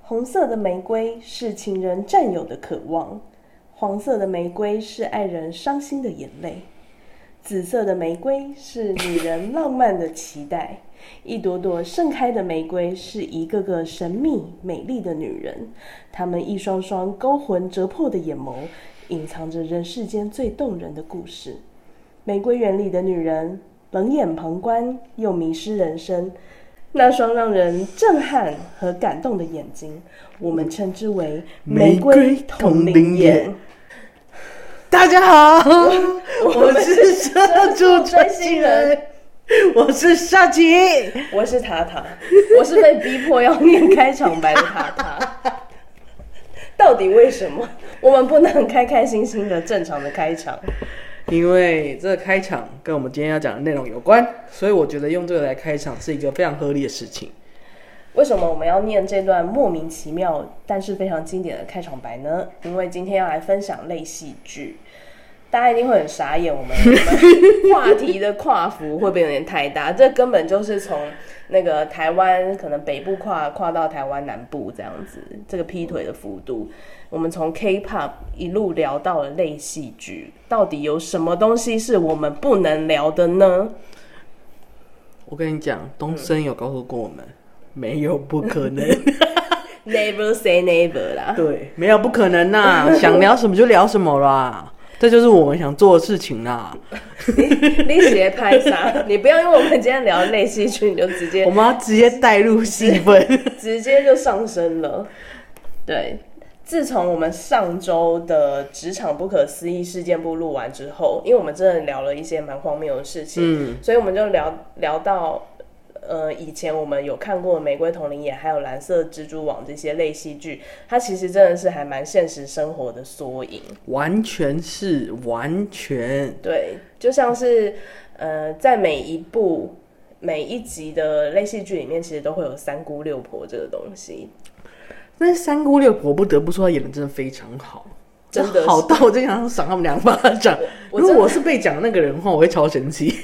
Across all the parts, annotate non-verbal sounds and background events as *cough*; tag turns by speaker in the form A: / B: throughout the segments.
A: 红色的玫瑰是情人占有的渴望，黄色的玫瑰是爱人伤心的眼泪，紫色的玫瑰是女人浪漫的期待。一朵朵盛开的玫瑰是一个个神秘美丽的女人，她们一双双勾魂折魄的眼眸，隐藏着人世间最动人的故事。玫瑰园里的女人冷眼旁观，又迷失人生。那双让人震撼和感动的眼睛，我们称之为
B: 玫瑰
A: 同
B: 同
A: 龄
B: 龄
A: 眼
B: 眼。大家好， *laughs* 我是社畜
A: 追
B: 追
A: 星
B: 星
A: 人
B: 人， *laughs* 我是夏琪。
A: 我是塔塔，我是被逼迫要念开场白的塔塔。到底为什么我们不能开开心心的正常的开场？
B: 因为这个开场跟我们今天要讲的内容有关，所以我觉得用这个来开场是一个非常合理的事情。
A: 为什么我们要念这段莫名其妙但是非常经典的开场白呢？因为今天要来分享类戏剧，大家一定会很傻眼，我们我们话题的跨幅会不会有点太大？这根本就是从那个台湾可能北部跨跨到台湾南部这样子，这个劈腿的幅度，我们从 K-pop 一路聊到了类戏剧，到底有什么东西是我们不能聊的呢？
B: 我跟你讲，东升有告诉过我们，没有不可 *laughs* 能，
A: Never say never 啦。
B: 对，没有不可能呐、想聊什么就聊什么啦，这就是我们想做的事情 *laughs* 啦。
A: *laughs* 你写拍啥？你不要因为我们今天聊内戏剧，你就直
B: 我
A: 接
B: 们要直接带入戏份。 *laughs*
A: 直接就上升了。对，自从我们上周的职场不可思议事件部录完之后，因为我们真的聊了一些蛮荒谬的事情，
B: 嗯，
A: 所以我们就聊聊到，呃，以前我们有看过《玫瑰同林眼》还有《蓝色蜘蛛网》这些类戏剧，它其实真的是还蛮现实生活的缩影。
B: 完全是完全，
A: 对，就像是呃，在每一部每一集的类戏剧里面，其实都会有三姑六婆这个东西。
B: 但是三姑六婆不得不说，她演的真的非常好，
A: 真的是
B: 好到我真想赏他们两巴掌。
A: 我
B: 如
A: 真的
B: 果我是被讲的那个人的话，我会超生气，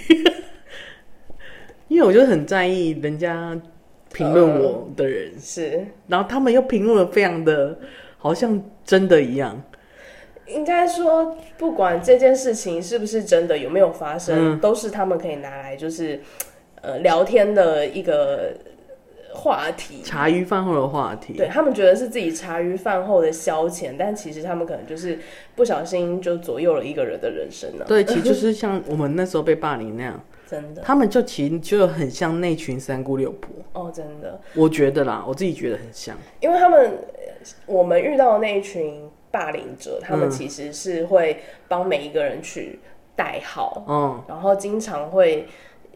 B: *laughs* 因为我就是很在意人家评论我的人，
A: 是
B: 然后他们又评论的非常的，好像真的一样。
A: 应该说，不管这件事情是不是真的，有没有发生，
B: 嗯
A: 都是他们可以拿来就是呃聊天的一个呃话题。
B: 茶余饭后的话题，
A: 对他们觉得是自己茶余饭后的消遣，但其实他们可能就是不小心就左右了一个人的人生呢、
B: 对，其实就是像我们那时候被霸凌那样，
A: *laughs* 真的
B: 他们就其实就很像那群三姑六婆，
A: 哦，真的。
B: 我觉得啦，我自己觉得很像。
A: 因为他们呃我们遇到的那一群霸凌者，他们
B: 嗯
A: 其实是会帮每一个人取代号，
B: 嗯，
A: 然后经常会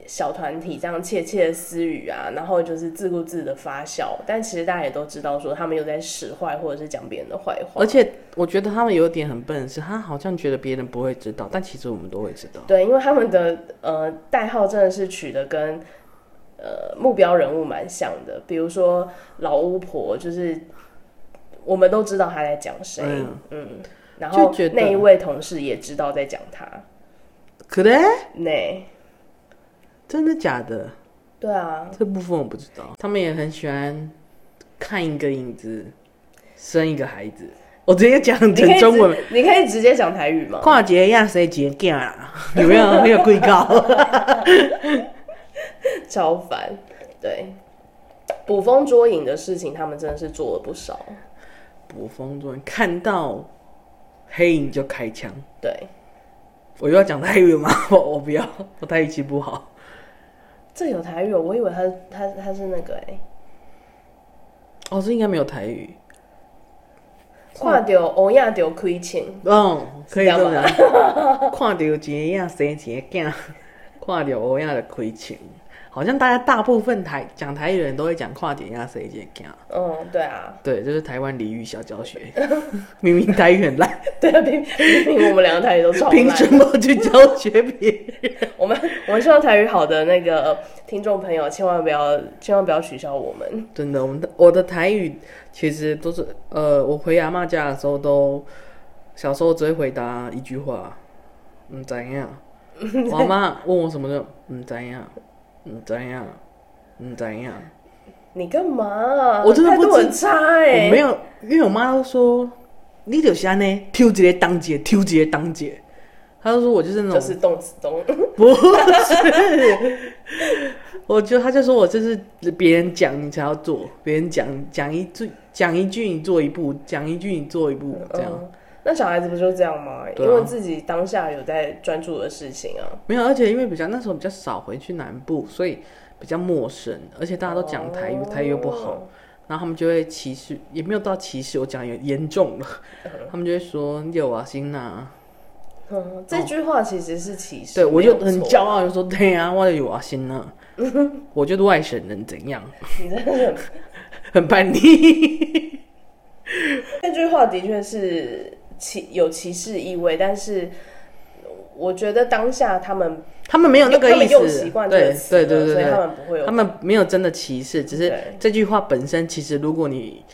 A: 小团体这样窃窃私语啊，然后就是自顾自的发酵。但其实大家也都知道，说他们又在使坏或者是讲别人的坏话
B: 而。且我觉得他们有一点很笨的是，他好像觉得别人不会知道，但其实我们都会知道。
A: 对，因为他们的呃代号真的是取的跟呃目标人物蛮像的，比如说老巫婆，就是我们都知道她在讲谁，嗯
B: 嗯
A: 然后
B: 就觉得
A: 那一位同事也知道在讲她，
B: 可能
A: 那
B: 真的假的？
A: 对啊，
B: 这部分我不知道。他们也很喜欢看一个影子，生一个孩子。我直接讲成
A: 你可以
B: 中文，
A: 直你可以直接讲台语吗？
B: 跨节亚谁节假啦？啊有没有？没有贵高？
A: 超烦，对。捕风捉影的事情，他们真的是做了不少。
B: 捕风捉影，看到黑影就开枪。
A: 对，
B: 我又要讲泰语了吗？我我不要，我泰语记不好。
A: 这有台语哦，我以为他他他是那个哎、
B: 哦，这应该没有台语。
A: 跨掉欧亚丢亏钱，
B: 哦，可以
A: 是这样
B: 这么
A: 吗
B: 讲。 *laughs* 看到一个样生一个囝， *laughs* 看到乌样的亏钱。好像大家大部分台讲台语的人都会讲跨点样谁一个囝，
A: 嗯，对啊，
B: 对，就是台湾俚语小教学。明明台语很烂，
A: *laughs* 对啊，平 *laughs* 平平我们两个台语都超
B: 凭什
A: 烂。
B: 么去教学别人？
A: 我们我们希望台语好的那个听众朋友，千万不要千万不要取消我们。
B: 真的，我们的我的台语其实都是呃，我回阿嬷家的时候都，小时候只会回答一句话，嗯怎
A: *laughs*
B: 样？我阿妈问我什么的，嗯怎样？嗯怎样？嗯怎样？
A: 你干嘛？
B: 我真的
A: 态度
B: 不知
A: 很差哎、
B: 我没有，因为我妈都说你就是安呢，抽一个当姐，抽一个当姐。她就说我就是那
A: 就
B: 种，
A: 是动词动，
B: 不是，我就她就说我就是别人讲你才要做，别人讲讲一句讲一句你做一步，讲一句你做一步 *laughs* 这样。
A: 嗯那小孩子不就这样吗？
B: 对啊
A: 因为自己当下有在专注的事情啊。
B: 没有，而且因为比较那时候比较少回去南部，所以比较陌生，而且大家都讲台语，台语又不好，
A: 哦。
B: 然后他们就会歧视，也没有到歧视，我讲有严重了，他们就会说有啊，新呐，
A: 嗯这句话其实是歧视。
B: 对我就很骄
A: 傲，
B: 傲，就说对啊，我有啊，
A: *laughs*
B: 新呐，我就是外省人，怎样，
A: 你真的很
B: 很
A: *laughs*
B: 叛逆，
A: 那句话的确是歧有歧视意味，但是我觉得当下他们
B: 他们没有那个
A: 他们
B: 意
A: 用
B: 思
A: 习惯，这个
B: 对
A: 词
B: 对
A: 了
B: 对对
A: 所以他
B: 对，
A: 们不会有
B: 他们没有真的歧视，只是
A: 对
B: 这句话本身其实如果你。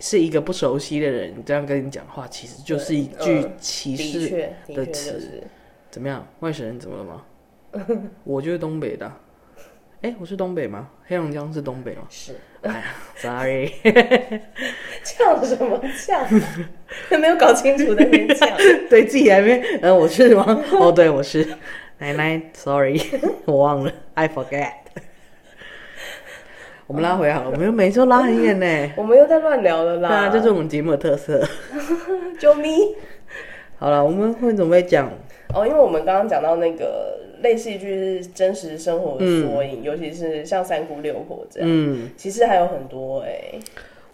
B: 是一个不熟悉的人这样跟你讲话，其实就是一
A: 对
B: 句
A: 嗯
B: 歧
A: 的
B: 视
A: 确的确
B: 的
A: 就
B: 词
A: 是
B: 怎么样？外省人怎么
A: *laughs*
B: 了吗？我就是东北的啊。哎、我是东北吗？黑龙江是东北
A: *laughs*
B: 吗
A: 是
B: ？Sorry，
A: 呛什么呛， *laughs* 没有搞清楚在那边
B: *laughs*
A: 呛。
B: 对自己还没……呃，我是 *laughs* 吗？哦，对，我是奶奶。Sorry，我 *laughs* 忘了，I *laughs* forget。我们拉回来好了，我们每次都拉很远呢。
A: 我们又在乱聊了
B: 对
A: 啦，
B: 啊，这是我们节目的特色。
A: 救命！
B: 好了，我们会准备讲，
A: 哦，因为我们刚刚讲到那个类似一句是真实生活的缩影，尤其是像三姑六婆这样，
B: 嗯，
A: 其实还有很多哎、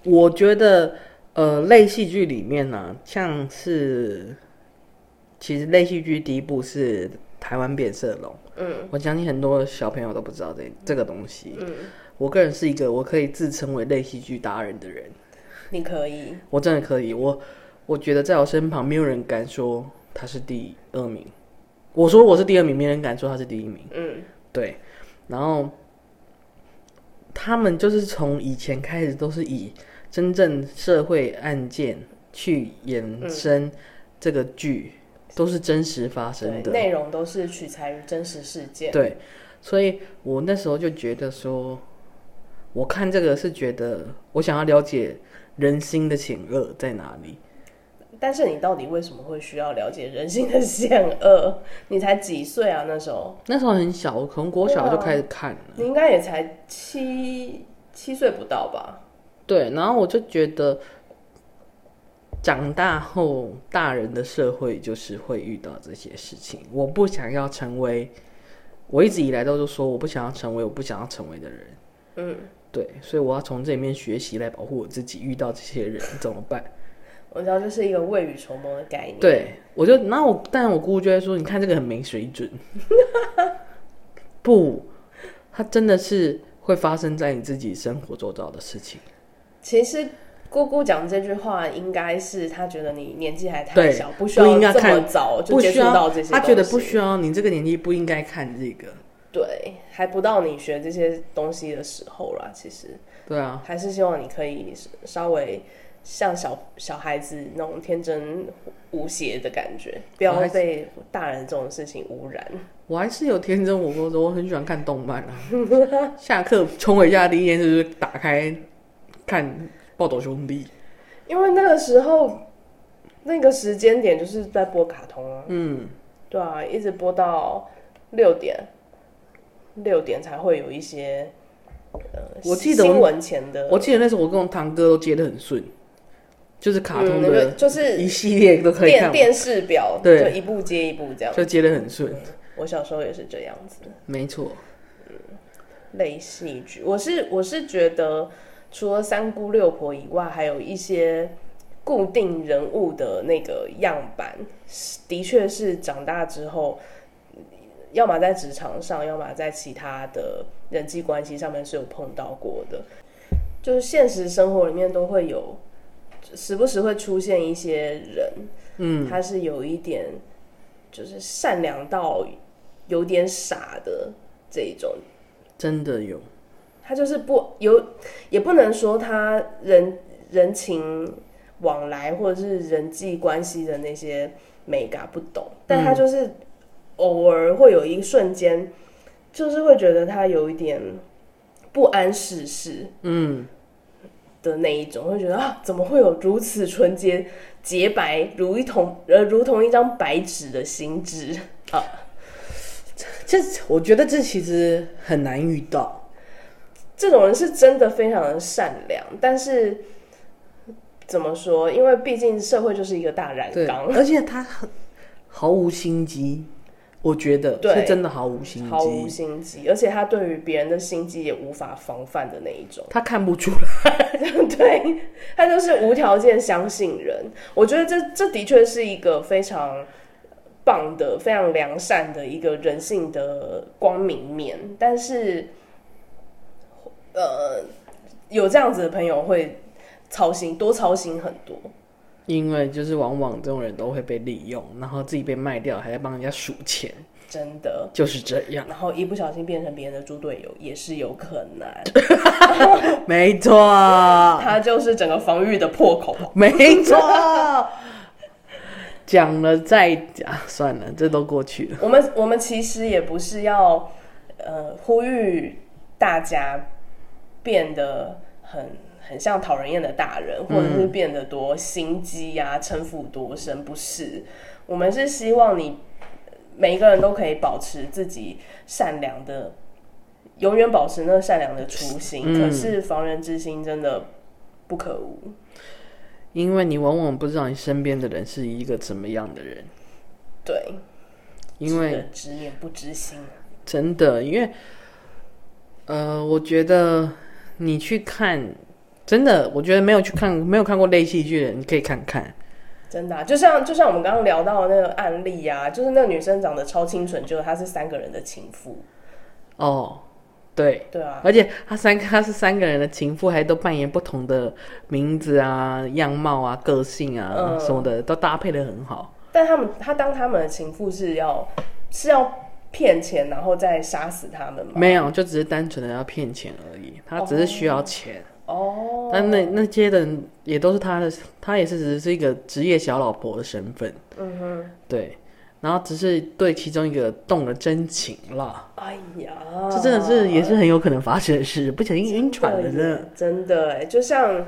B: 我觉得，呃，类戏剧里面呢、像是，其实类戏剧第一部是台湾变色龙，嗯，我相信很多小朋友都不知道这这个东西，嗯，我个人是一个我可以自称为类戏剧达人的人，
A: 你可以，
B: 我真的可以，我我觉得在我身旁没有人敢说他是第二名，我说我是第二名，没人敢说他是第一名。
A: 嗯，
B: 对，然后他们就是从以前开始都是以真正社会案件去延伸这个剧，都是真实发生
A: 对，
B: 的。
A: 内容都是取材于真实事件。
B: 对，所以我那时候就觉得说，我看这个是觉得我想要了解人心的险恶在哪里。
A: 但是你到底为什么会需要了解人性的险恶？你才几岁啊？那时候
B: 那时候很小，我从国小就开始看了。
A: 你应该也才七七岁不到吧？
B: 对，然后我就觉得，长大后大人的社会就是会遇到这些事情。我不想要成为，我一直以来都是说我不想要成为我不想要成为的人。
A: 嗯，
B: 对，所以我要从这里面学习来保护我自己。遇到这些人怎么办？
A: 我知道这是一个未雨绸缪的概念。，
B: 对，我就那我，但我姑姑就会说，你看这个很没水准。 *laughs* 不，它真的是会发生在你自己生活周遭的事情。
A: 其实。姑姑讲这句话，应该是她觉得你年纪还太
B: 对
A: 小，不需要
B: 不应该
A: 这么
B: 看
A: 早就
B: 不
A: 接
B: 需
A: 触
B: 要
A: 到这些东西。
B: 他觉得不需要，你这个年纪不应该看这个。
A: 对，还不到你学这些东西的时候啦。其实
B: 对啊，
A: 还是希望你可以稍微像小小孩子那种天真无邪的感觉，不要
B: 我还
A: 被大人这种事情污染。
B: 我还是有天真我国中，我很喜欢看动漫啊。
A: *laughs*
B: 下课冲回家第一件事就是打开看《暴走兄弟》。
A: 因为那个时候那个时间点就是在播卡通啊，
B: 嗯，
A: 对啊，一直播到六点，六点才会有一些。呃，
B: 我记得我
A: 新闻前的
B: 我记得那时候我跟我堂哥都接的很顺，就是卡通
A: 嗯那个
B: 的
A: 就是
B: 一系列都可以
A: 电
B: 看，
A: 电视表，
B: 对
A: 就一步接一步这样。
B: 就接的很顺。
A: 我小时候也是这样子，
B: 没错，
A: 类戏剧。我是我是觉得，除了三姑六婆以外，还有一些固定人物的那个样板，是的确是长大之后，要么在职场上，要么在其他的人际关系上面是有碰到过的。就是现实生活里面都会有，时不时会出现一些人，
B: 嗯，
A: 他是有一点就是善良到有点傻的这一种，
B: 真的有。
A: 他就是不有，也不能说他人人情往来或者是人际关系的那些美感不懂，但他就是偶尔会有一瞬间，就是会觉得他有一点不谙世事
B: 嗯，
A: 的那一种，会觉得啊，怎么会有如此纯洁、洁白，如一同呃，如同一张白纸的心智啊？
B: 这我觉得这其实很难遇到。
A: 这种人是真的非常的善良，但是怎么说？因为毕竟社会就是一个大染
B: 对，
A: 缸，
B: 而且他很毫无心机，我觉得
A: 对
B: 是真的毫无心
A: 毫无
B: 机，
A: 心机，而且他对于别人的心机也无法防范的那一种。 *laughs*
B: 他看不出来。
A: 对他就是无条件相信人。我觉得这这的确是一个非常棒的、非常良善的一个人性的光明面，但是，呃，有这样子的朋友会操心，多操心很多。
B: 因为就是往往这种人都会被利用，然后自己被卖掉，还在帮人家数钱，
A: 真的，
B: 就是这样。 *laughs*
A: 然后一不小心变成别人的猪队友也是有可能，
B: 没错，
A: 他就是整个防御的破口。
B: 没
A: *laughs*
B: 错。讲了再讲、啊算了，这都过去了。
A: 我们我们其实也不是要呃呼吁大家变得很很像讨人厌的大
B: 嗯
A: 人，或者是变得多心机啊、城府多深，不是。我们是希望你每一个人都可以保持自己善良的，永远保持那善良的初心。
B: 嗯
A: 可是防人之心真的不可无。
B: 因为你往往不知道你身边的人是一个怎么样的人，
A: 对，
B: 因为
A: 知人知面不知心。
B: 真的，因为呃，我觉得你去看，真的，我觉得没有去看没有看过类戏剧的人，你可以看看。
A: 真的啊、就像就像我们刚刚聊到的那个案例啊，就是那个女生长得超清纯，结果她是三个人的情妇，
B: 哦，对，
A: 对啊，
B: 而且他三个他是三个人的情妇，还都扮演不同的名字啊、样貌啊、个性啊、
A: 嗯
B: 什么的，都搭配的很好。
A: 但他们她当他们的情妇是要是要骗钱，然后再杀死他们吗？
B: 没有，就只是单纯的要骗钱而已，他只是需要钱。
A: 哦，
B: 但那那些人也都是他的，他也是只是一个职业小老婆的身份，
A: 嗯哼，
B: 对。然后只是对其中一个动了真情啦，
A: 哎呀，
B: 这真的是也是很有可能发生的事，不小心晕船了
A: 真的
B: 呢
A: 耶。，真的耶就像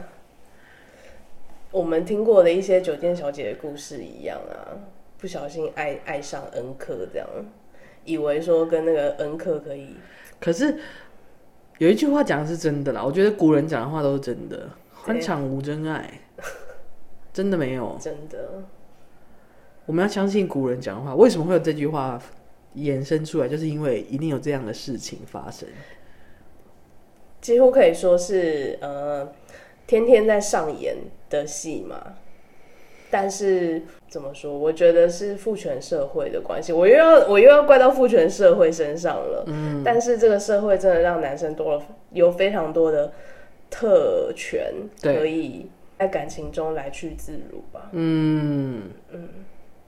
A: 我们听过的一些酒店小姐的故事一样啊，不小心爱爱上恩客这样，以为说跟那个恩客可以。
B: 可是有一句话讲的是真的啦，我觉得古人讲的话都是真的，欢场无真爱，真的没有。
A: 真的，
B: 我们要相信古人讲的话。为什么会有这句话衍生出来？就是因为一定有这样的事情发生。
A: 几乎可以说是呃，天天在上演的戏嘛。但是怎么说？我觉得是父权社会的关系，我又要我又要怪到父权社会身上了。嗯，但是这个社会真的让男生多了有非常多的特权，
B: 对
A: 可以在感情中来去自如吧。
B: 嗯，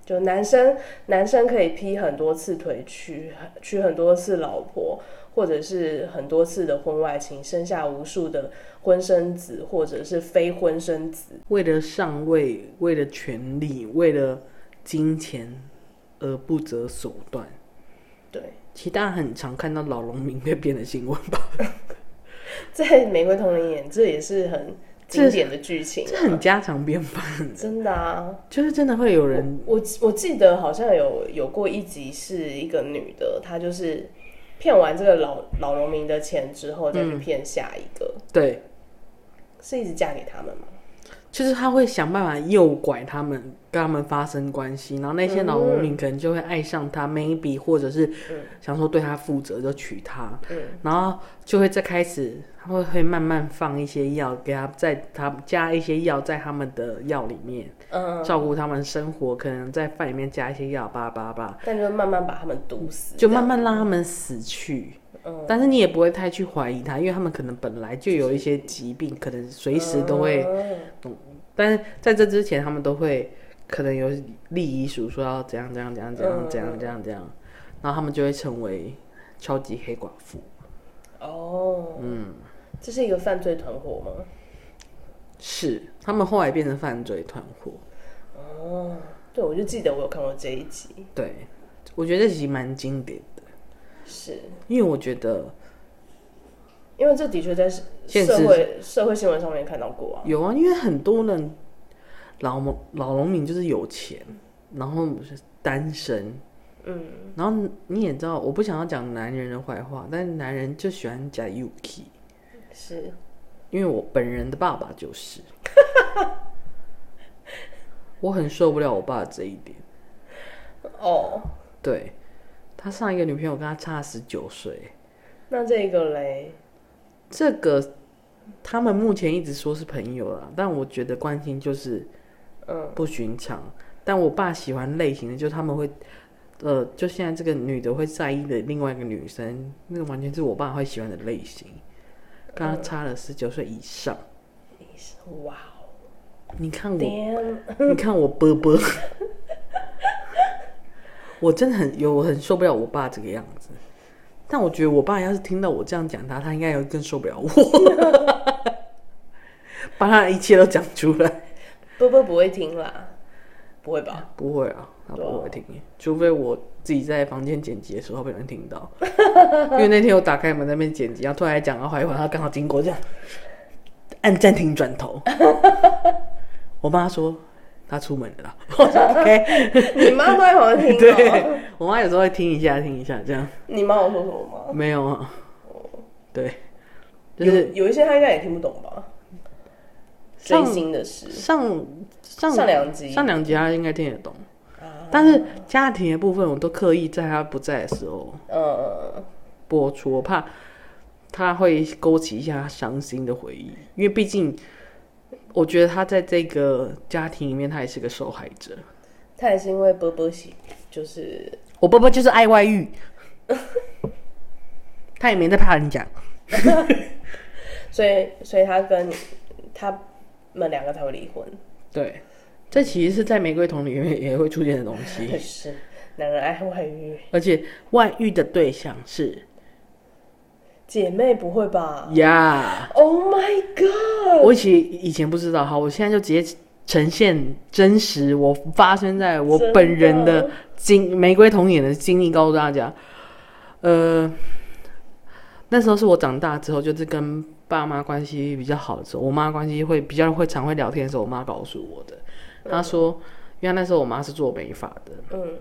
A: 就男生男生可以劈很多次腿，娶娶很多次老婆，或者是很多次的婚外情，生下无数的婚生子或者是非婚生子。
B: 为了上位，为了权力，为了金钱而不择手段。
A: 对，
B: 其实大家很常看到老农民被变的新闻吧？
A: 在《玫瑰童林》演，这也是很经典的剧情
B: *laughs* 这
A: 啊、
B: 很家常便饭，哦
A: 真的啊！
B: 就是真的会有人
A: 我我记得好像有有过一集是一个女的，她就是骗完这个老老农民的钱之后，再去
B: 嗯
A: 骗下一个，
B: 对
A: 是一直嫁给他们吗？
B: 就是他会想办法诱拐他们，跟他们发生关系，然后那些老农民可能就会爱上他、m a y b e 或者是想说对他负责就娶她，然后就会再开始，他会会慢慢放一些药给他，在他加一些药在他们的药里面，
A: 嗯，
B: 照顾他们生活，可能在饭里面加一些药，叭叭叭，
A: 但就是慢慢把他们毒死，
B: 就慢慢让他们死去。但是你也不会太去怀疑他，因为他们可能本来就有一些疾病，可能随时都会
A: 嗯
B: 但是在这之前，他们都会可能有立遗嘱，说要怎样怎样怎样怎样怎样怎样怎样，然后他们就会成为超级黑寡妇。
A: 哦，嗯，这是一个犯罪团伙吗？
B: 是，他们后来变成犯罪团伙。
A: 哦，对，我就记得我有看过这一集，
B: 对，我觉得这集蛮经典的，
A: 是
B: 因为我觉得
A: 因为这的确在社
B: 现实
A: 社会社会新闻上面看到过啊。
B: 有啊，因为很多人老农老农民就是有钱，然后是单身，
A: 嗯，
B: 然后你也知道，我不想要讲男人的坏话，但是男人就喜欢讲 Yuki，
A: 是
B: 因为我本人的爸爸就是，我很受不了我爸这一点。
A: 哦。
B: 对他上一个女朋友跟他差十九岁，
A: 那这个嘞，
B: 这个他们目前一直说是朋友啦，但我觉得关心就是
A: 嗯，
B: 不寻常。但我爸喜欢类型的，就他们会，呃，就现在这个女的会在意的另外一个女生，那个完全是我爸会喜欢的类型。跟他差了十九岁以上，
A: 哇
B: 你看我，
A: ，damn，
B: *laughs* 你看我波波，我真的很有我很受不了我爸这个样子。但我觉得我爸要是听到我这样讲他，他应该也会更受不了我， *laughs* 把他的一切都讲出来。
A: 波波不会听啦，不会
B: *laughs*
A: 吧？
B: 不会啊，他
A: 对啊
B: 不会听，除非我自己在房间剪辑的时候被人听到。因为那天我打开门在那边剪辑，然后突然讲到坏话，他刚好经过这样，按暂停转头。 *laughs* 我妈说她出门了啦，我说 OK。
A: 你妈都在旁 *laughs* 边听、哦，
B: 对， *laughs* 我妈有时候会听一下听一下这样，
A: 你妈有说什么吗？
B: 没有啊。对，就是
A: 有有一些她应该也听不懂吧？追
B: 上
A: 星的事
B: 上上
A: 上两集
B: 上两集她应该听得懂，
A: 啊，
B: 但是家庭的部分我都刻意在她不在的时候。
A: 呃，
B: 播出，我怕他会勾起一下他伤心的回忆，因为毕竟我觉得他在这个家庭里面，他也是个受害
A: *laughs*
B: 者。
A: 她也是因为波波喜，就是
B: 我爸爸就是爱外遇，他也没在怕人讲。
A: 所以所以她跟他们两个才会离婚，
B: 对，这其实是在《玫瑰童》里面也会出现的东西，
A: 是男人爱外遇，
B: 而且外遇的对象是
A: 姐妹不会吧
B: 呀。
A: ？Oh my god！
B: 我以前以前不知道，好，我现在就直接呈现真实，我发生在我
A: 真的
B: 本人的经玫瑰童眼的经历，告诉大家。呃，那时候是我长大之后，就是跟爸妈关系比较好的时候，我妈关系会比较会常会聊天的时候，我妈告诉我的。她说，因为那时候我妈是做美发的，
A: 嗯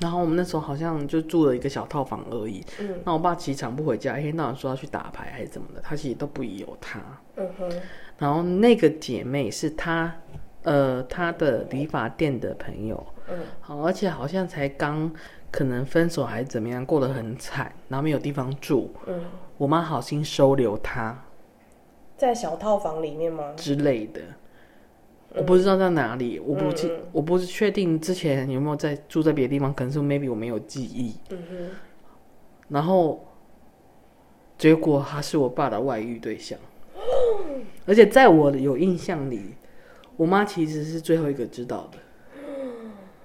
B: 然后我们那时候好像就住了一个小套房而已。
A: 嗯
B: 那我爸其实常不回家，一天到晚说要去打牌还是怎么的，他其实都不疑有他。
A: 嗯哼，
B: 然后那个姐妹是她，呃，她的理发店的朋友，
A: 嗯
B: 好，而且好像才刚可能分手还是怎么样，过得很惨，然后没有地方住，
A: 嗯，
B: 我妈好心收留她
A: 在小套房里面吗？
B: 之类的，我
A: 嗯
B: 不知道在哪里，我不记，我不是确定之前有没有在住在别的地方，可能是 maybe 我没有记忆，
A: 嗯哼，
B: 然后结果他是我爸的外遇
A: *laughs*
B: 对象，而且在我的有印象里，我妈其实是最后一个知道的，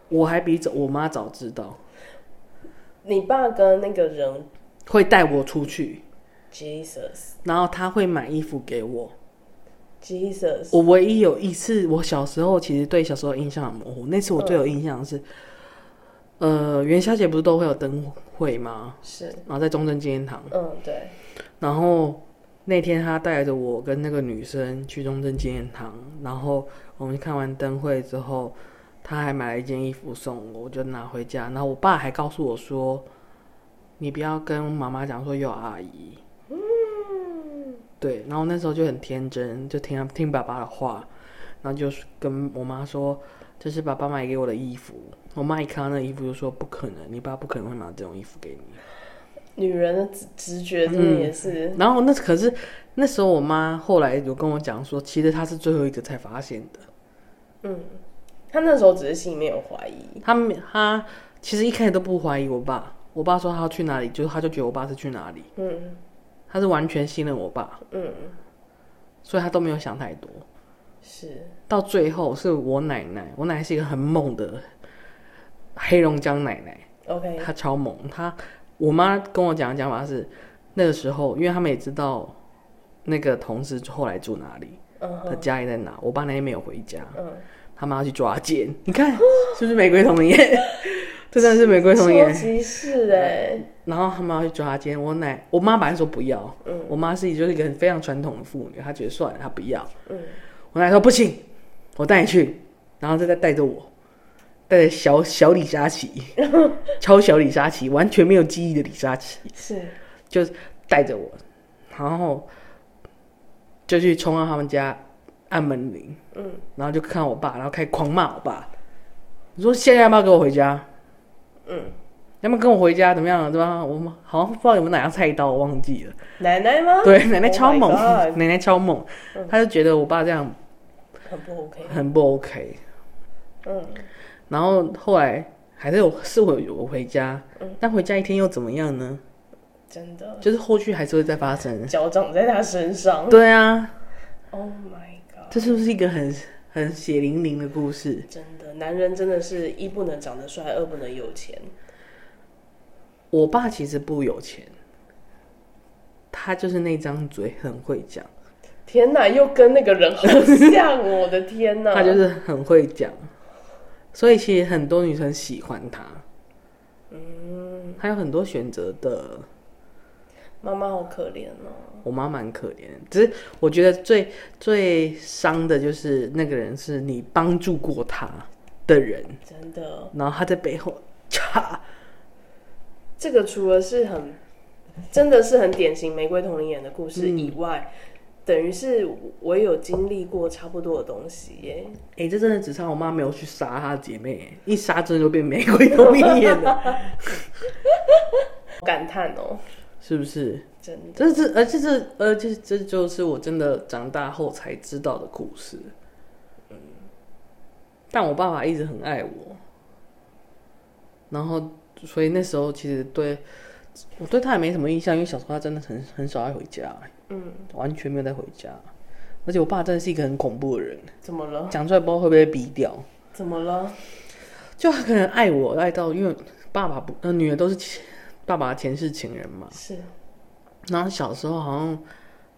B: 我还比早我妈早知道，
A: 你爸跟那个人
B: 会带我出去，
A: Jesus
B: 然后她会买衣服给我。
A: Jesus，
B: 我唯一有一次，我小时候其实对小时候印象很模糊，那次我最有印象的是，呃，元宵节不是都会有灯会吗？
A: 是，
B: 然后在中正纪念堂。
A: 嗯对，
B: 然后那天他带着我跟那个女生去中正纪念堂，然后我们看完灯会之后，他还买了一件衣服送我，我就拿回家。然后我爸还告诉我说：“你不要跟妈妈讲说有阿姨。”对，然后那时候就很天真，就听听爸爸的话，然后就是跟我妈说：“这是爸爸买给我的衣服。”我妈一看到那衣服就说：“不可能，你爸不可能会买这种衣服给你。”
A: 女人的直直觉真的也是，
B: 然后那可是那时候我妈后来有跟我讲说，其实她是最后一个才发现的。
A: 嗯，他那时候只是心里面有怀疑，
B: 她没她其实一开始都不怀疑我爸，我爸说他要去哪里，就是她就觉得我爸是去哪里，
A: 嗯
B: 她是完全信任我爸，
A: 嗯
B: 所以她都没有想太多。
A: 是，
B: 到最后是我奶奶，我奶奶是一个很猛的黑龙江奶奶。
A: OK，
B: 他超猛，他我妈跟我讲的讲法是，那个时候因为他们也知道那个同事后来住哪里，
A: 嗯
B: 他家里在哪，我爸那天没有回家，
A: 嗯
B: 他妈要去抓奸，你看是不是玫瑰童颜？ *laughs* 这真的是玫瑰童颜
A: 超。级是哎、
B: *laughs* 然后他妈去抓奸，我奶我妈本来说不要，我妈是就是一个非常传统的妇女，她觉得算了，她不要。我奶说不行，我带你去，然后再再带着我，带着小小李佳琦，超小李佳琦，完全没有记忆的李佳琦，
A: 是
B: 就是带着我，然后就去冲到他们家按门铃，嗯，然后就看我爸，然后开始狂骂我爸，你说现在要不要跟我回家？
A: 嗯
B: 要不要跟我回家？怎么样？对吧？我们好像不知道有没有哪样菜刀，我忘记了。
A: 奶奶吗？
B: 对，奶奶超猛
A: 啊 Oh my 嗯
B: 奶奶超猛，她就觉得我爸这样
A: God，很不 OK。
B: 很不 OK。
A: 嗯，
B: 然后后来还是有是我我回家，
A: 嗯
B: 但回家一天又怎么样呢？
A: 真的，
B: 就是后续还是会再发生。
A: 脚长在他身上。
B: 对啊，
A: Oh my god！
B: 这是不是一个很很血淋淋的故事？
A: 真的，男人真的是一不能长得帅，二不能有钱。
B: 我爸其实不有钱，他就是那张嘴很会讲，
A: 天哪，又跟那个人好像哦，我的天哪！
B: 他就是很会讲，所以其实很多女生喜欢他。嗯，他有很多选择的，
A: 妈妈好可怜哦。
B: 我妈蛮可怜的。只是我觉得最最伤的就是那个人是你帮助过他的人，
A: 真的，
B: 然后他在背后插，
A: 这个除了是很，真的是很典型玫瑰同龄眼的故事以外，等于是我有经历过差不多的东西耶。
B: 哎、这真的只差我妈没有去杀她姐妹，一杀真的就变玫瑰同一眼了，
A: 感叹哦，
B: 是不是？
A: 真的
B: 这是，而且这，而且这就是我真的长大后才知道的故事。嗯但我爸爸一直很爱我，然后所以那时候其实对我对他也没什么印象，因为小时候他真的很很少爱回家，嗯，完全没有再回家。而且我爸真的是一个很恐怖的人，
A: 怎么了？
B: 讲出来不知道会不会被逼掉。
A: 怎么了？
B: 就他可能爱我爱到，因为爸爸不，呃，女儿都是前爸爸的前世情人嘛。
A: 是
B: 然后小时候好像，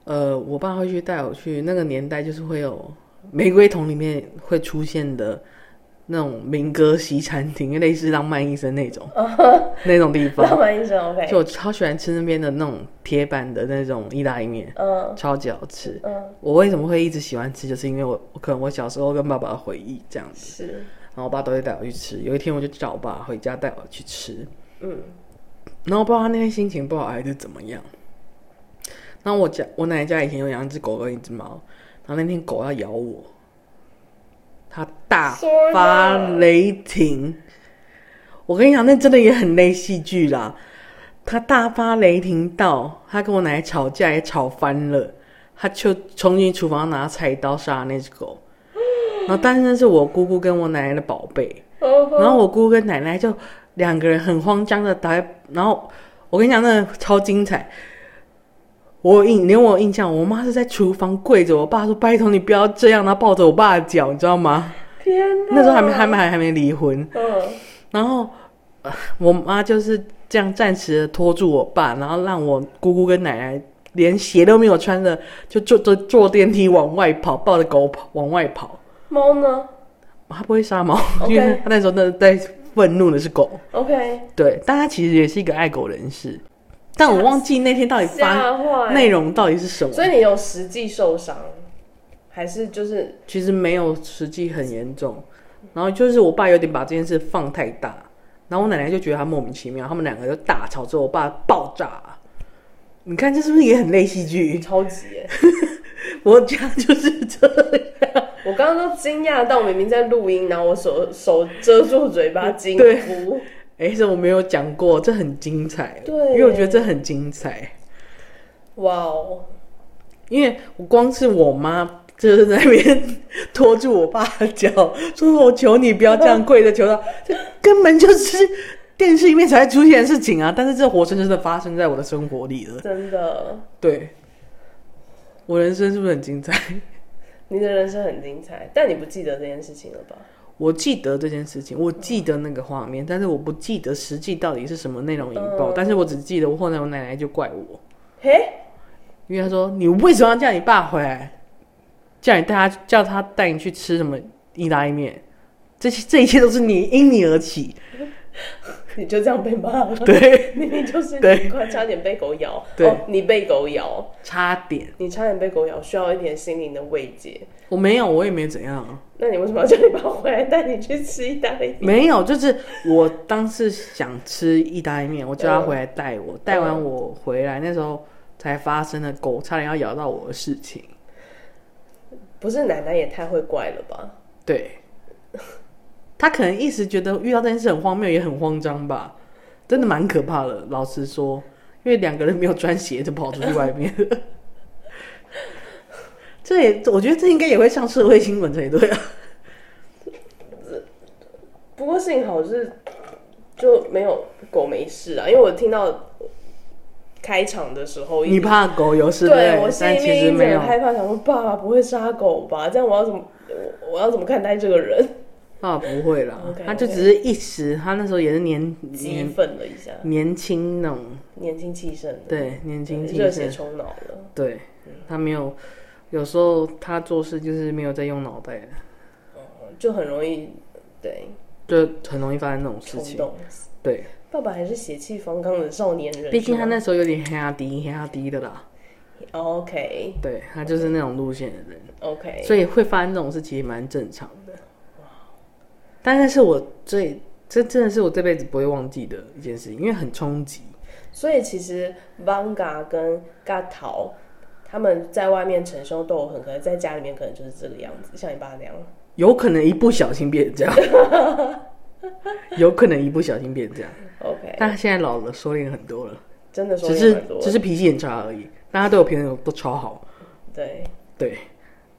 B: 呃，我爸会去带我去那个年代，就是会有玫瑰桶里面会出现的那种民歌西餐厅，类似浪漫医生那种
A: 哦
B: 那种
A: *laughs*
B: 地方。
A: 浪漫医生 OK，
B: 就我超喜欢吃那边的那种铁板的那种意大利面，
A: 嗯
B: 超级好吃。
A: 嗯，
B: 我为什么会一直喜欢吃，就是因为我我可能我小时候跟爸爸的回忆这样子，
A: 是
B: 然后我爸都会带我去吃。有一天我就叫我爸回家带我去吃，
A: 嗯
B: 然后不知道他那天心情不好还是怎么样。然后我家我奶奶家以前有养一只狗跟一只猫，然后那天狗要咬我，它大发雷霆。我跟你讲，那真的也很类戏剧啦。它大发雷霆到，它跟我奶奶吵架也吵翻了，它就冲进厨房拿菜刀杀了那只狗。然后，但是那是我姑姑跟我奶奶的宝贝。
A: 哦
B: 然后我姑姑跟奶奶就两个人很慌张的打在，然后我跟你讲，那个超精彩。我有印连我有印象，我妈是在厨房跪着，我爸说：“拜托你不要这样。”然后抱着我爸的脚，你知道吗？
A: 天哪，
B: 那时候还没还没还还没离婚，
A: 嗯
B: 然后、呃我妈就是这样暂时的拖住我爸，然后让我姑姑跟奶奶连鞋都没有穿的，就坐坐坐电梯往外跑，抱着狗跑往外跑。
A: 猫呢
B: 哦他不会杀猫
A: OK
B: 因为他那时候那在愤怒的是狗。
A: ？OK，
B: 对，但他其实也是一个爱狗人士，但我忘记那天到底发
A: 吓坏，
B: 内容到底是什么。
A: 所以你有实际受伤，还是就是 *laughs*
B: 其实没有实际很严重，然后就是我爸有点把这件事放太大，然后我奶奶就觉得他莫名其妙，他们两个就大吵之后，我爸爆炸。你看这是不是也很类戏剧？ *laughs*
A: 超级耶？
B: 我家就是这样，
A: 我刚刚都惊讶到，明明在录音，然后我手手遮住嘴巴，惊呼。
B: 哎，这我没有讲过，这很精彩，
A: 对
B: 因为我觉得这很精彩。
A: 哇哦，
B: 因为我光是我妈就是在那边拖住我爸的脚，说我求你不要这样跪着求他，这根本就是电视里面才会出现的事情啊！但是这活生生的发生在我的生活里了。
A: 真的，
B: 对，我人生是不是很精彩？
A: 你的人生很精彩，但你不记得这件事情了吧？
B: 我记得这件事情，我记得那个画面，但是我不记得实际到底是什么内容引爆，
A: 嗯
B: 但是我只记得我后来我奶奶就怪我，
A: 嘿，
B: 因为她说你为什么要叫你爸回来，叫你带他叫他带你去吃什么意大利面，这些这一切都是你因你而起。
A: 你就这样被骂了。
B: 对，
A: *laughs* 明明就是
B: 对
A: 你快差点被狗咬，
B: 对
A: 哦，你被狗咬，
B: 差点，
A: 你差点被狗咬，需要一点心灵的慰藉。
B: 我没有，我也没怎样啊，
A: 那你为什么要叫你爸回来带你去吃意大利面？
B: 没有，就是我当时想吃意大利面，我叫他回来带我，带完我回来那时候才发生了狗差点要咬到我的事情，
A: 不是奶奶也太会怪了吧？
B: 对， *laughs* 他可能一时觉得遇到这件事很荒谬，也很慌张吧，真的蛮可怕的，老实说，因为两个人没有穿鞋就跑出去外面。 *laughs* 这也，我觉得这应该也会上社会新闻才对啊。
A: 不过幸好是就没有狗没事啊，因为我听到开场的时候一直，
B: 你怕狗有事
A: 对我
B: 对，
A: 心
B: 但
A: 里
B: 其
A: 面
B: 实
A: 一直
B: 没有
A: 很害怕，想说爸爸不会杀狗
B: 嗯
A: 吧？这样我要怎么我我要怎么看待这个人？
B: 啊，不会啦
A: OK，OK
B: 他就只是一时，他那时候也是年
A: 激
B: 年
A: 愤了一下，
B: 年轻那种，
A: 年轻气盛的，
B: 对，年轻气
A: 热血
B: 盛，
A: 冲脑了。
B: 对，他没有，有时候他做事就是没有在用脑袋的，
A: 嗯就很容易对
B: 就很容易发生那种事
A: 冲
B: 情。
A: 动。
B: 对，
A: 爸爸还是血气方刚的少年人，
B: 毕竟
A: 是
B: 他
A: 吗
B: 那时候有点黑压低黑压啊低的啦，
A: OK
B: 对他就是那种路线的人，
A: OK，
B: 所以会发生这种事其实蛮正常的。但是是我最这真的是我这辈子不会忘记的一件事情，因为很冲击。
A: 所以其实 Vanga 跟 Gato 他们在外面逞凶斗狠，可能在家里面可能就是这个样子，像你爸那样。
B: 有可能一不小心变成这样，
A: *laughs*
B: 有可能一不小心变成这样。
A: OK，
B: 但他现在老了，收敛很多了，
A: 真的说
B: 只
A: 也
B: 是
A: 蛮多的，
B: 只是脾气很差而已。大家对我平常都超好，
A: 对，
B: 对，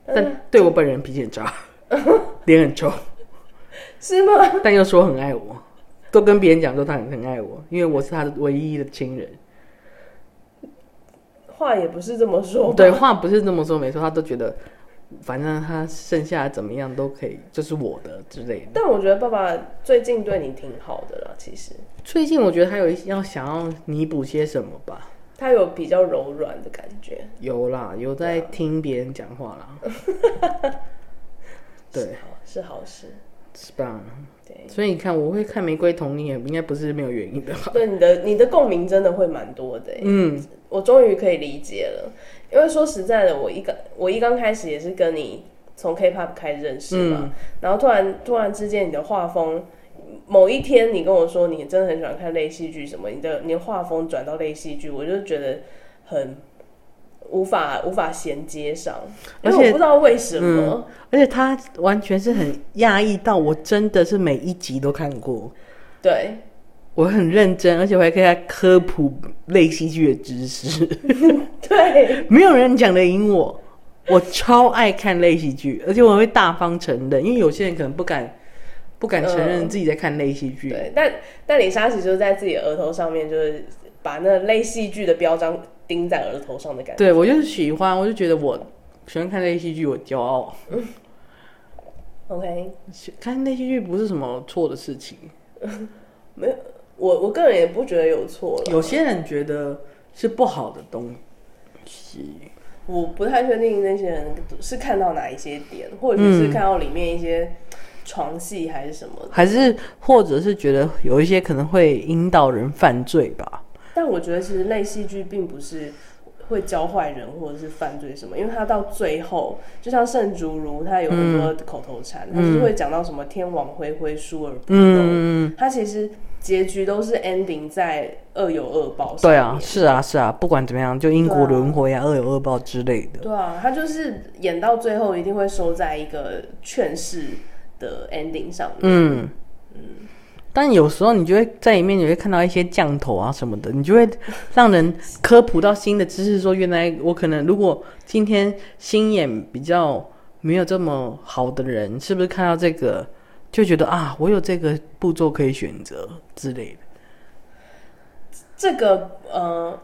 A: 但是
B: 但对我本人脾气
A: *laughs*
B: 很差，脸很臭，
A: 是吗？
B: *laughs* 但又说很爱我，都跟别人讲说他很很爱我，因为我是他的唯一的亲人。
A: 话也不是这么说吧，
B: 对，话不是这么说没错，他都觉得反正他剩下怎么样都可以，就是我的之类的。
A: 但我觉得爸爸最近对你挺好的啦，其实
B: 最近我觉得他有一要想要弥补些什么吧。
A: 他有比较柔软的感觉。
B: 有啦，有在听别人讲话啦，对
A: 是好，是好事。
B: 是吧？
A: 对，
B: 所以你看，我会看《玫瑰童年》，应该不是没有原因的。
A: 对你的你的共鸣真的会蛮多的欸、
B: 嗯，
A: 我终于可以理解了。因为说实在的，我一刚我一刚开始也是跟你从 K-pop 开始认识嘛，
B: 嗯
A: 然后突然突然之间你的画风，某一天你跟我说你真的很喜欢看类戏剧什么，你的你的画风转到类戏剧，我就觉得很无法无法衔接上，因
B: 而
A: 为
B: 且嗯
A: 我不知道为什么。
B: 而且他完全是很讶异到，我真的是每一集都看过，
A: 对， *laughs*
B: 我很认真，而且我还给他科普类戏剧的知识， *laughs*
A: 对，
B: 没有人讲得赢我。我超爱看类戏剧，而且我会大方承认，因为有些人可能不敢不敢承认自己在看类戏剧。
A: 对，但但李莎其实就是在自己的额头上面，就是把那类戏剧的标章钉在额头上的感觉。
B: 对我就是喜欢，我就觉得我喜欢看类戏剧，我骄傲。
A: OK，
B: 看类戏剧不是什么错的事情，
A: 我我个人也不觉得有错了，
B: 有些人觉得是不好的东西。
A: 我不太确定那些人是看到哪一些点，或许
B: 嗯
A: 是看到里面一些床戏还是什么的。
B: 还是或者是觉得有一些可能会引导人犯罪吧？
A: 但我觉得其实类戏剧并不是会教坏人或者是犯罪什么，因为他到最后，就像盛竹如，他有很
B: 嗯
A: 多口头禅，他就是会讲到什么天网恢恢，疏而不漏，
B: 嗯，
A: 他其实结局都是 ending 在恶有恶报上
B: 对
A: 面。
B: 啊，是啊，是啊，不管怎么样，就因果轮回啊、恶有恶报之类的。
A: 对啊，他就是演到最后一定会收在一个劝世的 ending 上面。
B: 嗯，但有时候你就会在里面，你会看到一些降头啊什么的，你
A: *laughs*
B: 就会让人科普到新的知识，说原来我可能如果今天心眼比较没有这么好的人，是不是看到这个就觉得啊，我有这个步骤可以选择之类的？
A: 这个呃，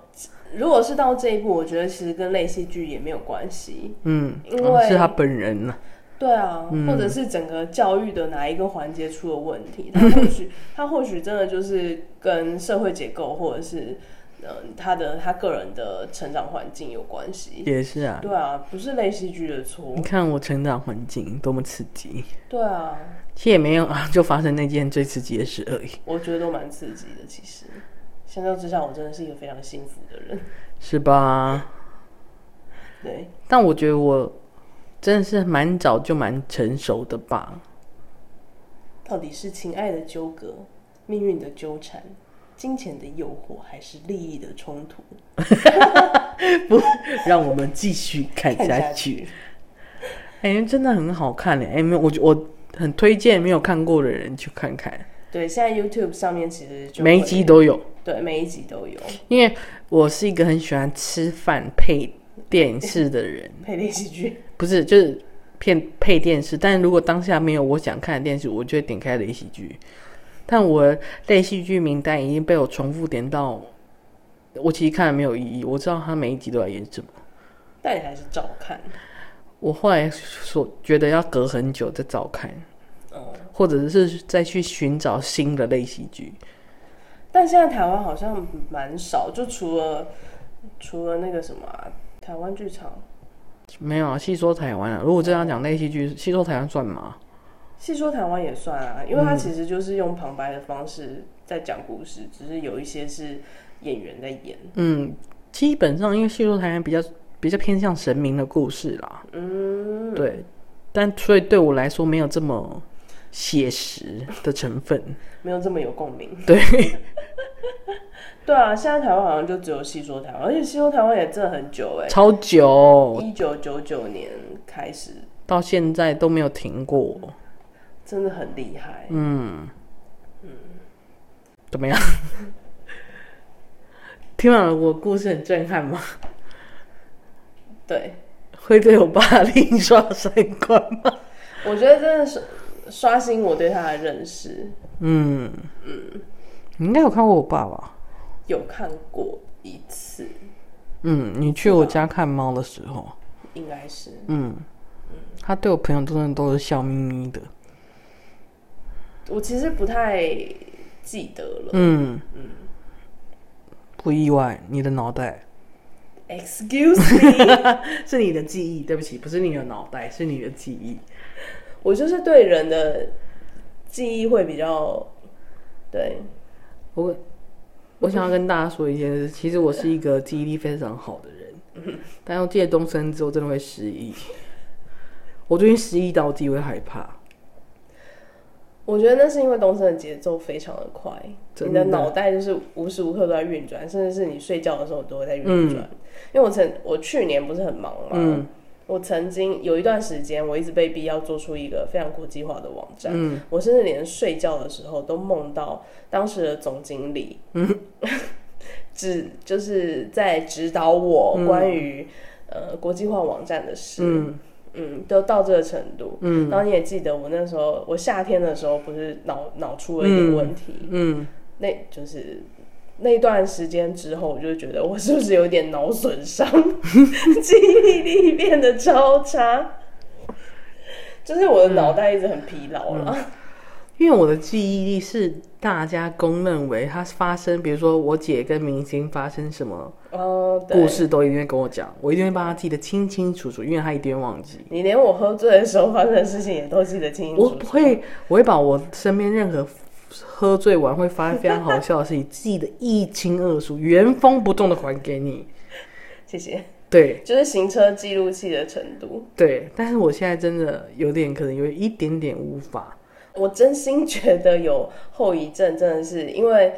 A: 如果是到这一步，我觉得其实跟类戏剧也没有关系。
B: 嗯，
A: 因
B: 啊
A: 为
B: 是他本人呢、
A: 对啊，
B: 嗯
A: 或者是整个教育的哪一个环节 *laughs* 出了问题，他或许他或许真的就是跟社会结构或者是。呃他的他个人的成长环境有关系。
B: 也是啊。
A: 对啊，不是类戏剧的错
B: 你。看我成长环境多么刺激，
A: 对啊，
B: 其实也没有啊，就发生那件最刺激的事而已。
A: 我觉得都蛮刺激的。其实，相较之下，我真的是一个非常幸福的人。
B: 是吧？
A: 对，
B: 但我觉得我真的是蛮早就蛮成熟的吧。
A: 到底是情爱的纠葛、命运的纠缠、金钱的诱惑，还是利益的冲突？
B: 让我们继续看
A: 看
B: 下
A: 下
B: 去。哎、真的很好看嘞！哎、没有，我我很推荐没有看过的人去看看，
A: 对，现在 YouTube 上面其实就
B: 每一
A: 会
B: 集都有。
A: 对每一集都有
B: 因为我是一个很喜欢吃饭配电视的人，
A: 配类戏剧。
B: 不是就是片配电视，但如果当下没有我想看的电视，我就会点开类戏剧。但我类戏剧名单已经被我重复点到，我其实看了没有意义，我知道它每一集都在演什么。
A: 但你还是照看，
B: 我后来所觉得要隔很久再找看，
A: 嗯。
B: 或者是再去寻找新的类戏剧。
A: 但现在台湾好像蛮少，就除了除了那个什么啊、台湾剧场，
B: 没有啊，细说台湾啊。如果这样讲类戏剧，细说台湾算吗？
A: 戏说台湾也算啊，因为
B: 嗯
A: 它其实就是用旁白的方式在讲故事，只是有一些是演员在演。
B: 嗯，基本上因为细说台湾比较比较偏向神明的故事啦，
A: 嗯，
B: 对。但所以对我来说没有这么写实的成分。
A: 没有这么有共鸣。
B: 对，
A: *laughs* 对啊，现在台湾好像就只有戏说台湾，而且戏说台湾也真的很久哎、
B: 超久
A: 一九九九年开始，
B: 到现在都没有停过，
A: 真的很厉害。
B: 嗯怎么样？ *laughs* 听完了我故事很震撼吗？
A: 对，
B: 会对我霸凌刷三观吗？
A: 我觉得真的是刷新我对他的认识。
B: 嗯嗯，你应该有看过我爸吧？
A: 有看过一次，
B: 嗯，你去我家看猫的时候，
A: 应该是
B: 嗯，他对我朋友真的都是笑眯眯的，
A: 我其实不太记得了。
B: 嗯不意外。你的脑袋
A: Excuse me，
B: 是你的记忆，对不起，不是你的脑袋，是你的记忆。
A: 我就是对人的记忆会比较对，
B: 我我想要跟大家说一件事，其实我是一个记忆力非常好的人，但要借东升之后，真的会失忆。我最近失忆到我自己会害怕，
A: 我觉得那是因为东升的节奏非常的快，
B: 真
A: 你
B: 的
A: 的脑袋就是无时无刻都在运转，甚至是你睡觉的时候都会在运转。因为我曾我去年不是很忙嘛，
B: 嗯
A: 我曾经有一段时间，我一直被逼要做出一个非常国际化的网站，
B: 嗯
A: 我甚至连睡觉的时候都梦到当时的总经理，
B: 嗯
A: *laughs* 指就是在指导我关于、呃国际化网站的事。
B: 嗯
A: 嗯，都到这个程度。
B: 嗯
A: 然后你也记得我那时候，我夏天的时候不是脑脑出了一点问题，
B: 嗯，
A: 那就是那段时间之后，我就觉得我是不是有点脑损伤， *laughs* 记忆力变得超差，就是我的脑袋一直很疲劳了。
B: 因为我的记忆力是大家公认为它发生，比如说我姐跟明星发生什么
A: 哦，对
B: 故事，都一定会跟我讲，我一定会把它记得清清楚楚，因为她一定会忘记。
A: 你连我喝醉的时候发生的事情也都记得清清
B: 我
A: 楚
B: 不
A: 楚。
B: 会，我会把我身边任何喝醉完会发生非常好笑的事情记得一清二楚，原封不动的还给你。
A: 谢谢，
B: 对
A: 就是行车记录器的程度。
B: 对，但是我现在真的有点可能有一点点无法，
A: 我真心觉得有后遗症，真的是因为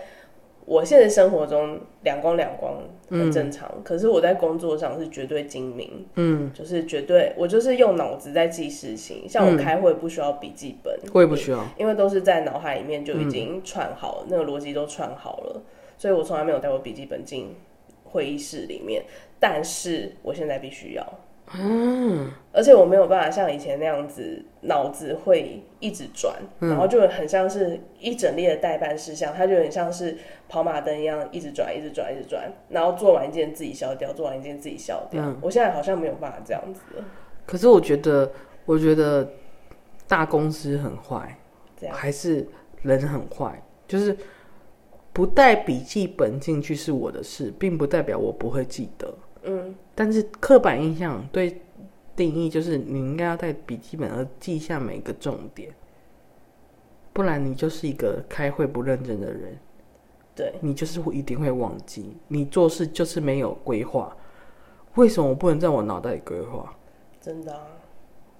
A: 我现实生活中两光两光很正常，可是我在工作上是绝对精明，
B: 嗯，
A: 就是绝对我就是用脑子在记事情，像我开会不需要笔记本，
B: 我也不需要。
A: 因为都是在脑海里面就已经串好，那个逻辑都串好了，所以我从来没有带过笔记本进会议室里面。但是我现在必须要，嗯，而且我没有办法像以前那样子，脑子会一直转，然后就很像是一整列的代办事项，它就很像是跑马灯一样，一直转，一直转，一直转，然后做完一件自己消掉，做完一件自己消掉。我现在好像没有办法这样子了，
B: 可是我觉得，我觉得大公司很坏
A: 这，样
B: 还是人很坏，就是不带笔记本进去是我的事，并不代表我不会记得。
A: 嗯，
B: 但是刻板印象对定义就是你应该要带笔记本而记下每个重点，不然你就是一个开会不认真的人。
A: 对，
B: 你就是会一定会忘记，你做事就是没有规划。为什么我不能在我脑袋里规划？
A: 真的、啊，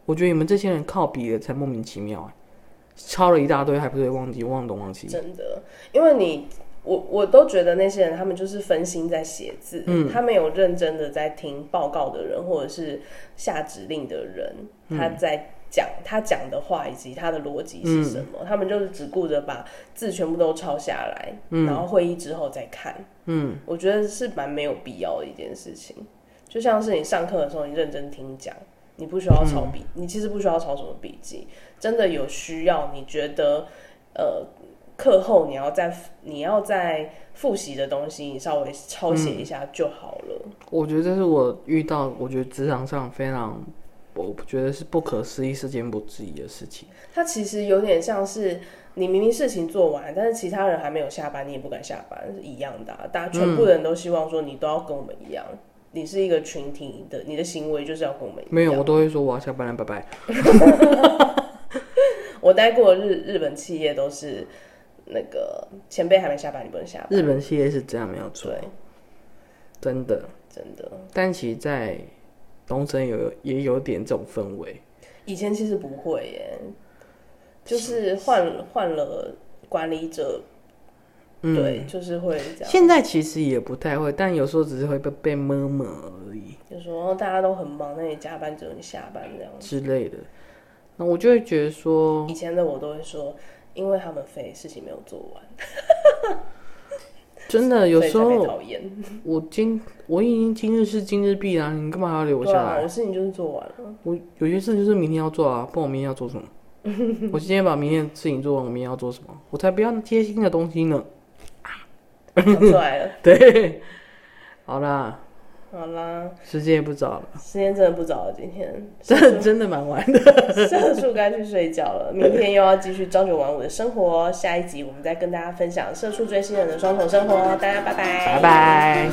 B: 我觉得你们这些人靠笔的才莫名其妙、欸，抄了一大堆还不是会忘记，忘东忘西。
A: 真的，因为你。我我都觉得那些人他们就是分心在写字，他没有认真的在听报告的人或者是下指令的人，他在讲、他讲的话以及他的逻辑是什么，他们就是只顾着把字全部都抄下来，然后会议之后再看。
B: 嗯，
A: 我觉得是蛮没有必要的一件事情。就像是你上课的时候，你认真听讲，你不需要抄笔，你其实不需要抄什么笔记。真的有需要，你觉得呃，课后你要在你要在复习的东西，你稍微抄写
B: 嗯
A: 一下就好了。
B: 我觉得这是我遇到，我觉得职场上非常，我觉得是不可思议、世间不质疑的事情。
A: 它其实有点像是你明明事情做完，但是其他人还没有下班，你也不敢下班，是一样的、啊。大家全部
B: 嗯
A: 人都希望说你都要跟我们一样，你是一个群体你的，你的行为就是要跟我们一样。
B: 没有，我都会说我要下班了，拜拜。
A: 我待过的日日本企业都是那个前辈还没下班，你不能下班。
B: 日本企业是这样，没有错，
A: 对，
B: 真的。
A: 真的，
B: 但其实，在东森有也有点这种氛围，
A: 以前其实不会耶，就是换换了管理者，
B: 嗯
A: 对，就是会这样，
B: 现在其实也不太会，但有时候只是会被被摸摸而已
A: 就说哦大家都很忙，那你加班只有你下班这样。
B: 之类的。那我就会觉得说，
A: 以前的我都会说，因为他们废，事情没有做完，
B: 真的有
A: 所以
B: 时
A: 才被
B: 候
A: 讨厌。
B: 我今我已经今日事今日毕啦，你干嘛还要留我下
A: 对啊，
B: 来？
A: 我事情就是做完了， *laughs*
B: 我有些事就是明天要做啊，不然我明天要做什么？ *laughs* 我今天把明天的事情做完，我明天要做什么？我才不要贴心的东西呢。
A: 讲出来了。
B: *laughs* 对，好啦，
A: 好啦，
B: 时间也不早了，
A: 时间真的不早了，今天 *laughs*
B: 真的真的蛮晚的。
A: 社畜该去睡觉了，明天又要继续朝九晚五的生活哦。下一集我们再跟大家分享社畜追星人的双重生活哦，大家拜拜，
B: 拜拜。